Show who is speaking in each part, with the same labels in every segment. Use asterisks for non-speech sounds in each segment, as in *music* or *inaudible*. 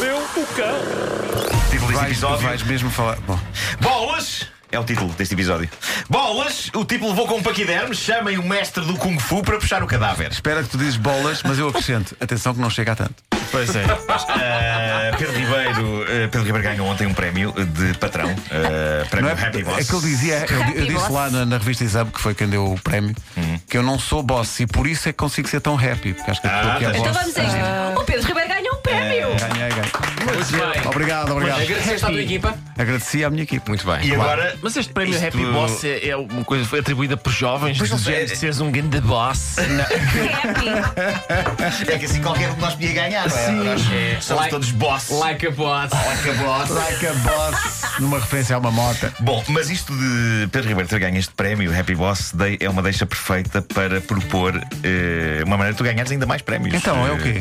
Speaker 1: nunca! O título deste
Speaker 2: Vais,
Speaker 1: episódio.
Speaker 2: vais mesmo falar. Bom,
Speaker 1: Bolas! É o título deste episódio. Bolas! O tipo levou com paquidermes. Chamem o mestre do Kung Fu para puxar o cadáver.
Speaker 2: espera que tu dizes bolas, mas eu acrescento. Atenção que não chega a tanto.
Speaker 1: Pois é. Pedro Ribeiro, eh, Pedro Ribeiro ganhou ontem um prémio de patrão. eh,
Speaker 2: Não
Speaker 1: prémio
Speaker 2: é,
Speaker 1: Happy Boss.
Speaker 2: é que eu dizia, eu, eu
Speaker 3: Happy
Speaker 2: disse
Speaker 3: Boss.
Speaker 2: lá na, na revista Exame, que foi quem deu o prémio,
Speaker 1: Uhum.
Speaker 2: que eu não sou boss e por isso é que consigo ser tão happy. Porque acho que a pessoa que é
Speaker 1: tá
Speaker 2: boss.
Speaker 1: bom.
Speaker 3: Então vamos a isto. O Pedro Ribeiro ganhou um prémio.
Speaker 2: Ganhei, ganhei.
Speaker 4: Muito bem.
Speaker 2: Obrigado, obrigado.
Speaker 4: Agradeceste à tua equipa.
Speaker 2: Agradeci à minha equipe.
Speaker 4: Muito bem.
Speaker 1: E agora.
Speaker 4: Mas este prémio
Speaker 1: Isto-
Speaker 4: Happy Boss é, é uma coisa que foi atribuída por jovens.
Speaker 1: Pois não
Speaker 4: do
Speaker 1: sei.
Speaker 4: género de Seres um grande boss.
Speaker 3: Happy.
Speaker 1: É que assim qualquer um de nós podia ganhar, não é? Nós, eh, somos
Speaker 4: Like-
Speaker 1: todos boss.
Speaker 4: like a boss.
Speaker 1: *laughs* Like a boss.
Speaker 2: Like a boss, numa referência a uma mota.
Speaker 1: Bom, mas isto de Pedro Ribeiro ter ganho este prémio, Happy Boss, dei- é uma deixa perfeita para propor eh, uma maneira de tu ganhares ainda mais prémios.
Speaker 2: Então, é o
Speaker 1: Eh,
Speaker 2: quê?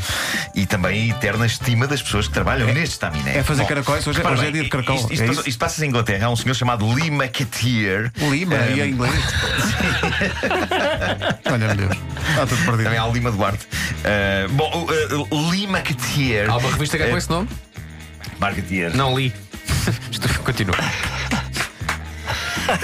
Speaker 1: E também a eterna estima das pessoas que trabalham neste Staminé.
Speaker 2: é fazer
Speaker 1: Bom,
Speaker 2: caracóis? Hoje é-
Speaker 1: repara
Speaker 2: hoje é
Speaker 1: bem,
Speaker 2: dia de caracol,
Speaker 1: Isto, isto
Speaker 2: é
Speaker 1: passa-
Speaker 2: isso?
Speaker 1: isto passa-se em Inglaterra, há um senhor chamado Lee McAteer.
Speaker 2: Lima e em
Speaker 1: *laughs*
Speaker 2: inglês. Olha, meu Deus. Está tudo perdido.
Speaker 1: Também há o Lima Duarte. Eh, bom, o, eh, Lee McAteer. eh,
Speaker 4: Há uma revista que é com esse nome?
Speaker 1: Marketeer.
Speaker 4: Não li. *laughs* Isto- Continua.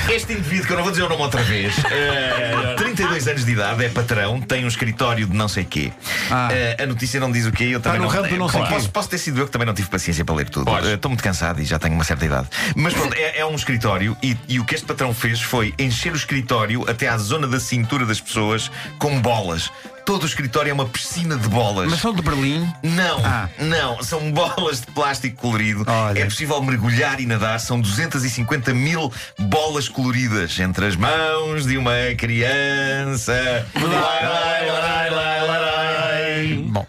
Speaker 1: Este indivíduo, que eu não vou dizer o nome outra vez,
Speaker 2: *laughs*
Speaker 1: eh, 32 anos de idade, é patrão, tem um escritório de não sei quê.
Speaker 2: Ah. Tá
Speaker 1: Eh, a notícia não diz o quê, eu também
Speaker 2: no
Speaker 1: não,
Speaker 2: ramo do não sei
Speaker 1: Claro.
Speaker 2: quê.
Speaker 1: Posso, posso ter sido eu que também não tive paciência para ler tudo. Eh, Estou muito cansado e já tenho uma certa idade. Mas pronto, é, é um escritório e, e o que este patrão fez foi encher o escritório até à zona da cintura das pessoas com bolas. Todo o escritório é uma piscina de bolas.
Speaker 2: Mas são de Berlim.
Speaker 1: Não,
Speaker 2: Ah.
Speaker 1: não, são bolas de plástico colorido.
Speaker 2: Olha.
Speaker 1: É possível mergulhar e nadar. São 250 mil bolas coloridas entre as mãos de uma criança. Lai, lai, lai, lai, lai, lai.
Speaker 2: Bom,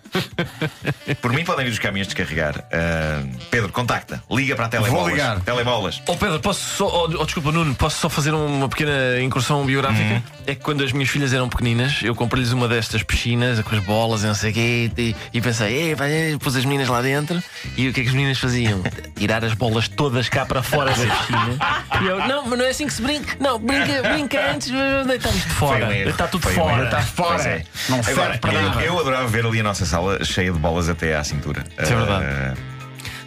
Speaker 1: Por mim podem vir os caminhões descarregar. Ah, Pedro, contacta. Liga para a Telebolas.
Speaker 2: Vou ligar.
Speaker 1: Telebolas.
Speaker 4: Oh Pedro, posso só. Oh, oh, desculpa, Nuno, posso só fazer um- uma pequena incursão
Speaker 1: Uhum.
Speaker 4: biográfica? É que quando as minhas filhas eram pequeninas, eu comprei-lhes uma destas piscinas com as bolas e não sei o quê, e, e pensei, "Ei, vai, ei", pus as meninas lá dentro, e o que é que as meninas faziam?
Speaker 1: *laughs*
Speaker 4: Tirar as bolas todas cá para fora da piscina. E eu, não, mas não é assim que se brinca. Não, brinca, brinca antes, mas deitar isto
Speaker 1: Foi
Speaker 4: fora.
Speaker 1: um erro.
Speaker 4: Está tudo
Speaker 1: Foi um
Speaker 4: fora.
Speaker 1: erro.
Speaker 2: tá fora.
Speaker 1: Pois é.
Speaker 2: Não serve
Speaker 1: Agora,
Speaker 2: para
Speaker 1: eu,
Speaker 2: nada.
Speaker 1: eu adorava ver ali a nossa sala cheia de bolas até à cintura.
Speaker 4: Isso é verdade.
Speaker 1: Ah,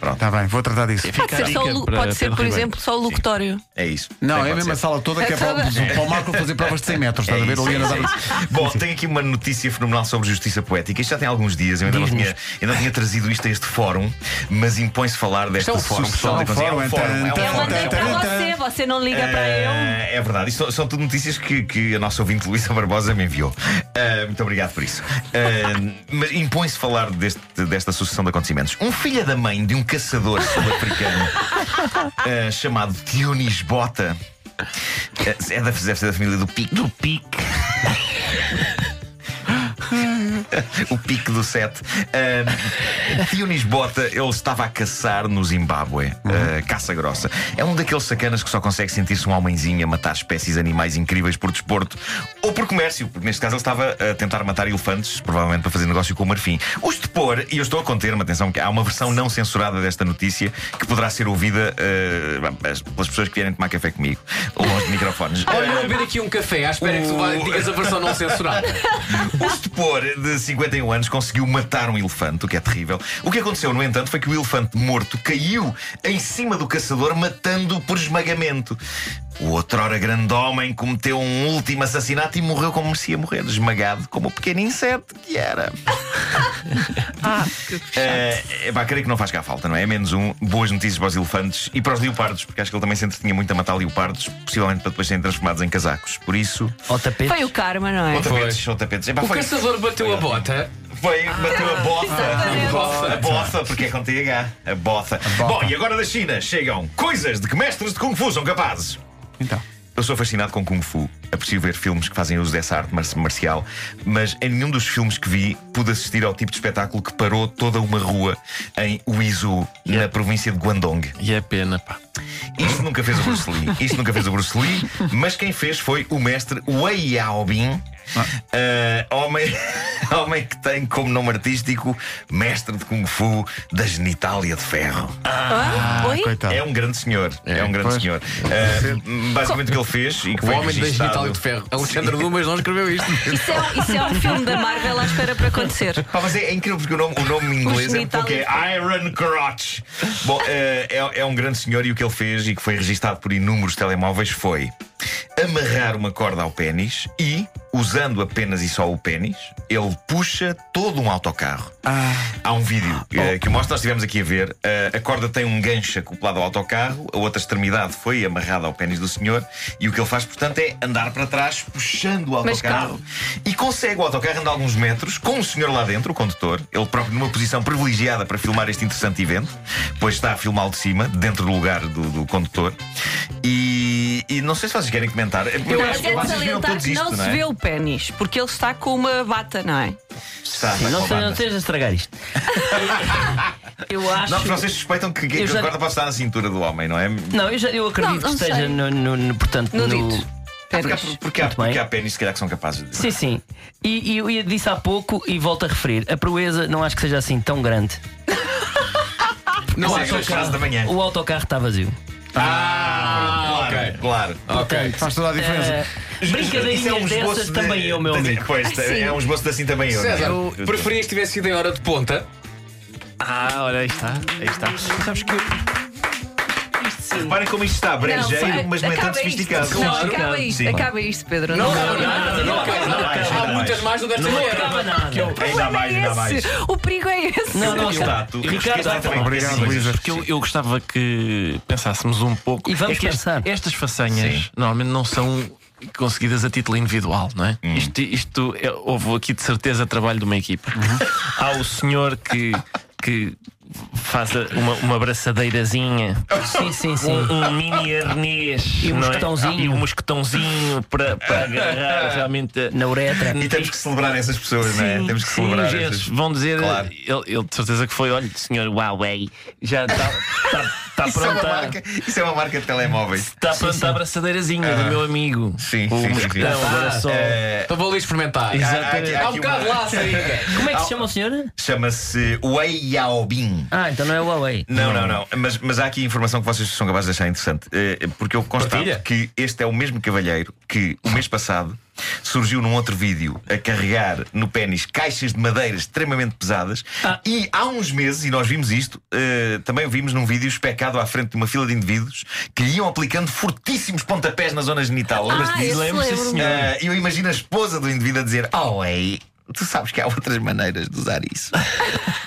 Speaker 1: pronto,
Speaker 2: está Tá bem, vou tratar disso.
Speaker 3: Pode ser, só, o lu- pode ser por exemplo, só o locutório.
Speaker 1: é isso.
Speaker 2: Não,
Speaker 1: Sim,
Speaker 2: é
Speaker 1: pode
Speaker 2: a mesma
Speaker 1: ser.
Speaker 2: sala toda
Speaker 1: *laughs*
Speaker 2: que é para, o- para o Marco fazer provas de 100 metros. Estás a ver
Speaker 1: isso,
Speaker 2: ali a
Speaker 1: É isso,
Speaker 2: nadar.
Speaker 1: isso. *laughs* Bom, tenho aqui uma notícia fenomenal sobre justiça poética. Isto já tem alguns dias, eu ainda, não tinha, eu não tinha trazido isto a este fórum, mas impõe-se falar desta
Speaker 4: é um
Speaker 1: fórum.
Speaker 4: sucesso,
Speaker 1: pessoal,
Speaker 2: é um
Speaker 1: então,
Speaker 2: fórum,
Speaker 1: é um fórum. é
Speaker 2: então,
Speaker 3: Eu
Speaker 1: um
Speaker 2: então,
Speaker 1: fórum.
Speaker 3: mandei
Speaker 2: tá, tá,
Speaker 3: para
Speaker 2: tá,
Speaker 3: você, você não liga para eu.
Speaker 1: É, é verdade, Isto são, são tudo notícias que, que a nossa ouvinte Luísa Barbosa me enviou. Ah, muito obrigado por isso. Ah, mas impõe-se falar deste- desta sucessão de acontecimentos. Um filho da mãe de um caçador sul-africano
Speaker 3: *laughs*
Speaker 1: ah, chamado Dionis Bota ah, é da, deve ser da família do Pique. Do Pique. *laughs* o pique do 7. Dionis Bota, ele estava a caçar no Zimbábue. Ah, caça grossa. É um daqueles sacanas que só consegue sentir-se um homenzinho a matar espécies de animais incríveis por desporto ou por comércio, porque neste caso ele estava a tentar matar elefantes, provavelmente para fazer negócio com o marfim. Os depor, e eu estou a conter-me, atenção, que há uma versão não censurada desta notícia que poderá ser ouvida ah, pelas pessoas que vierem tomar café comigo, longe de microfones.
Speaker 5: Olha, vou beber aqui um café à espera que tu vá- digas a versão não censurada.
Speaker 1: O estupor de 51 anos conseguiu matar um elefante, o que é terrível. O que aconteceu, no entanto, foi que o elefante morto caiu em cima do caçador, matando-o por esmagamento. O outrora grande homem cometeu um último assassinato e morreu como merecia morrer, esmagado como o pequeno inseto que era. É, é pá, creio que não faz cá falta, não é? Menos um. Boas notícias para os elefantes e para os leopardos, porque acho que ele também se entretinha muito a matar leopardos, possivelmente para depois serem transformados em casacos. Por isso.
Speaker 3: Foi o karma, não é?
Speaker 1: Ou tapetes, ou tapetes. Epá,
Speaker 5: O
Speaker 1: foi-
Speaker 5: caçador bateu a bota.
Speaker 1: foi, bateu a
Speaker 3: Ah,
Speaker 1: bofa. A bofa, porque é com TH. A bofa. Bom, e agora da China chegam coisas de que mestres de Kung Fu são capazes.
Speaker 2: Então,
Speaker 1: Eu sou fascinado com Kung Fu. Aprecio ver filmes que fazem uso dessa arte mar- marcial, mas em nenhum dos filmes que vi pude assistir ao tipo de espetáculo que parou toda uma rua em Huizhou, na província de Guangdong.
Speaker 4: E é pena, pá.
Speaker 1: Isto nunca fez o Bruce Lee. Isto nunca fez o Bruce Lee, mas quem fez foi o mestre Wei Yaobin. Eh, homem, *laughs* homem que tem como nome artístico mestre de Kung Fu da genitália de ferro.
Speaker 3: Hã? Oi?
Speaker 5: Tá.
Speaker 2: Coitado.
Speaker 1: É um grande senhor. É, um grande
Speaker 2: pois.
Speaker 1: senhor. Eh, basicamente o que ele fez e que
Speaker 5: O
Speaker 1: foi
Speaker 5: homem da
Speaker 1: registado-
Speaker 5: digital de ferro. Alexandre Dumas não escreveu isto.
Speaker 3: Isso é, um- isso é um filme da Marvel à espera para acontecer.
Speaker 1: Pá, mas é, é incrível porque o nome, o nome em inglês é,
Speaker 3: genital-
Speaker 1: porque é Iron Crotch. Bom, eh, é, é um grande senhor e o que ele fez e que foi registado por inúmeros telemóveis foi amarrar uma corda ao pénis e, usando apenas e só o pénis, ele puxa todo um autocarro. Há um vídeo eh, que mostra, nós estivemos aqui a ver. eh, a corda tem um gancho acoplado ao autocarro, a outra extremidade foi amarrada ao pénis do senhor, e o que ele faz, portanto, é andar para trás, puxando o
Speaker 3: Mas
Speaker 1: autocarro.
Speaker 3: calma.
Speaker 1: E consegue o autocarro andar alguns metros, com o senhor lá dentro, o condutor, ele próprio numa posição privilegiada para filmar este interessante evento, pois está a filmá-lo de cima, dentro do lugar do, do condutor. E, e não sei se vocês querem comentar. Eu
Speaker 3: Mas é de salientar que não
Speaker 1: é?
Speaker 3: se vê o pénis, porque ele está com uma bata, não é?
Speaker 1: Está, está
Speaker 6: Não,
Speaker 1: com
Speaker 6: sei,
Speaker 1: a
Speaker 6: não
Speaker 1: banda.
Speaker 6: estejas a estragar isto. eu acho.
Speaker 1: Não, porque vocês suspeitam que, que
Speaker 6: Eu já-
Speaker 1: a corda pode estar na cintura do homem, não é?
Speaker 6: Não, eu, já- eu acredito
Speaker 3: Não, não
Speaker 6: que
Speaker 3: sei.
Speaker 6: esteja no, no- no- portanto,
Speaker 3: No
Speaker 6: no.
Speaker 3: dito.
Speaker 1: Porque há,
Speaker 3: Pénis.
Speaker 1: porque há,
Speaker 6: Muito bem.
Speaker 1: porque há pênis, se calhar, que são capazes de.
Speaker 6: Sim, sim. E, e eu ia- disse há pouco e volto a referir: a proeza não acho que seja assim tão grande.
Speaker 5: Não
Speaker 1: Sim,
Speaker 5: há.
Speaker 1: é a frase da manhã.
Speaker 6: O autocarro está vazio.
Speaker 5: Ah,
Speaker 1: Claro,
Speaker 5: ok.
Speaker 1: claro.
Speaker 5: Ok.
Speaker 2: Faz toda a diferença.
Speaker 6: Eh,
Speaker 1: Isso é um
Speaker 6: brincadeirinhas
Speaker 1: esboço
Speaker 6: dessas
Speaker 1: de-
Speaker 6: também eu, meu
Speaker 1: de-
Speaker 6: amigo.
Speaker 1: Pois,
Speaker 3: sim.
Speaker 1: é um esboço de assim também eu. não é?
Speaker 5: César,
Speaker 1: Eu- eu-
Speaker 5: preferias que tivesse sido em hora de ponta?
Speaker 4: Ah, olha, aí está, aí está. Sabes que
Speaker 1: Reparem como isto está brejeiro,
Speaker 3: vai,
Speaker 1: mas não é
Speaker 3: acaba
Speaker 1: tanto sofisticado.
Speaker 3: Isto. Não, acaba isto,
Speaker 1: Sim.
Speaker 3: acaba isto, Pedro.
Speaker 1: Ah,
Speaker 5: não, não. Há muitas mais do desta
Speaker 6: Acaba
Speaker 5: maneira.
Speaker 6: Ah, nada.
Speaker 1: Ainda mais, ainda mais.
Speaker 3: O perigo é esse.
Speaker 6: Não, não,
Speaker 1: Aqui
Speaker 6: acaba.
Speaker 1: está, tu-
Speaker 6: Ricardo,
Speaker 1: esquece lá também. é
Speaker 2: Obrigado,
Speaker 1: Sim,
Speaker 2: Luísa.
Speaker 1: sim.
Speaker 4: que eu, eu gostava que pensássemos um pouco.
Speaker 6: E vamos
Speaker 4: que este-
Speaker 6: pensar.
Speaker 4: estas façanhas
Speaker 1: Sim.
Speaker 4: normalmente não são conseguidas a título individual, não
Speaker 5: Hum.
Speaker 4: é? Isto, isto é- houve aqui de certeza trabalho de uma equipa.
Speaker 5: Uhum.
Speaker 4: Há o senhor que. que faz a- uma, uma abraçadeirazinha,
Speaker 6: Sim, sim, sim.
Speaker 4: um, um mini arnês
Speaker 6: E um
Speaker 4: não é?
Speaker 6: mosquetãozinho.
Speaker 4: E um mosquetãozinho para, *laughs* para agarrar realmente a-
Speaker 6: Na uretra.
Speaker 1: E temos que celebrar essas pessoas, não é?
Speaker 4: é Sim,
Speaker 1: Temos que
Speaker 4: sim,
Speaker 1: celebrar.
Speaker 4: gente,
Speaker 1: essas-
Speaker 4: Vão dizer,
Speaker 1: Claro.
Speaker 4: ele, ele de certeza que foi, olha, senhor Huawei, já está tá, tá
Speaker 1: *laughs* Isso é, uma
Speaker 4: pronta.
Speaker 1: marca, isso é uma marca de telemóveis.
Speaker 4: Está pronta a abraçadeirazinha do meu amigo.
Speaker 1: Ah. Sim,
Speaker 4: o
Speaker 1: sim, sim,
Speaker 4: mosquetão,
Speaker 1: sim.
Speaker 4: agora só.
Speaker 1: é.
Speaker 5: Então vou ali experimentar.
Speaker 1: Há- há-
Speaker 4: Exatamente.
Speaker 1: há
Speaker 5: Há um
Speaker 1: aqui
Speaker 5: bocado
Speaker 1: uma-
Speaker 5: lá, saída.
Speaker 6: Como é
Speaker 1: Ah,
Speaker 6: que se chama o senhor?
Speaker 1: Chama-se Wei Yaobin.
Speaker 6: Ah, então não é o Huawei.
Speaker 1: Não, não, não. Mas, mas há aqui informação que vocês são capazes de achar interessante. Eh, Porque eu constato
Speaker 5: Partilha.
Speaker 1: que este é o mesmo cavalheiro que, o mês passado, surgiu num outro vídeo a carregar no pênis caixas de madeira extremamente pesadas. E há uns meses, e nós vimos isto, eh, também o vimos num vídeo especado à frente de uma fila de indivíduos que lhe iam aplicando fortíssimos pontapés na zona genital. Lembras-te
Speaker 3: Ah,
Speaker 1: disso?
Speaker 3: esse
Speaker 4: Lembro-se,
Speaker 3: lembro-me.
Speaker 4: senhor.
Speaker 1: Eh, eu imagino a esposa do indivíduo a dizer: Oh, ei, tu sabes que há outras maneiras de usar isso.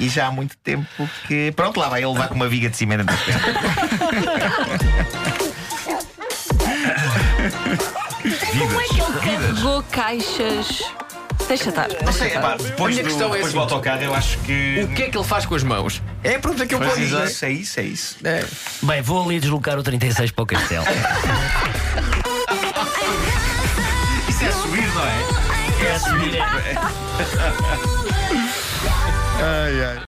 Speaker 1: e já há muito tempo que. Pronto, lá vai ele levar com uma viga de cimento entre as pernas.
Speaker 3: Como é que ele carregou caixas? Deixa estar.
Speaker 1: Não sei, epá, depois,
Speaker 5: minha
Speaker 1: do,
Speaker 5: questão é
Speaker 1: depois
Speaker 5: assim.
Speaker 1: do autocarro, eu acho que.
Speaker 5: O que é que ele faz com as mãos? É a pergunta que eu
Speaker 1: Pois,
Speaker 5: ponho.
Speaker 1: isso, é isso, é isso.
Speaker 6: Bem, vou ali deslocar o 36 para o castelo.
Speaker 1: Isso é subir, não é?
Speaker 6: É a subir, é-
Speaker 2: Ai, ai.